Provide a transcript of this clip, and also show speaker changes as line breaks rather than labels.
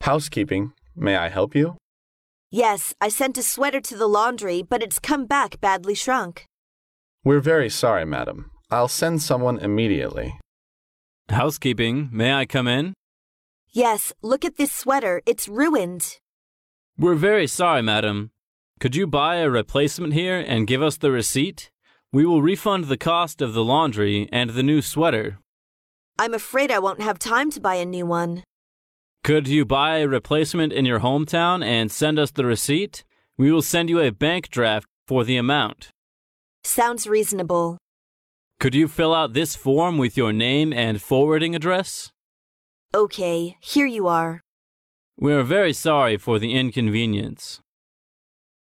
Housekeeping, may I help you?
Yes, I sent a sweater to the laundry, but it's come back badly shrunk.
We're very sorry, madam. I'll send someone immediately.
Housekeeping, may I come in?
Yes, look at this sweater. It's ruined.
We're very sorry, madam. Could you buy a replacement here and give us the receipt? We will refund the cost of the laundry and the new sweater.
I'm afraid I won't have time to buy a new one.
Could you buy a replacement in your hometown and send us the receipt? We will send you a bank draft for the amount.
Sounds reasonable.
Could you fill out this form with your name and forwarding address?
Okay, here you are.
We are very sorry for the inconvenience.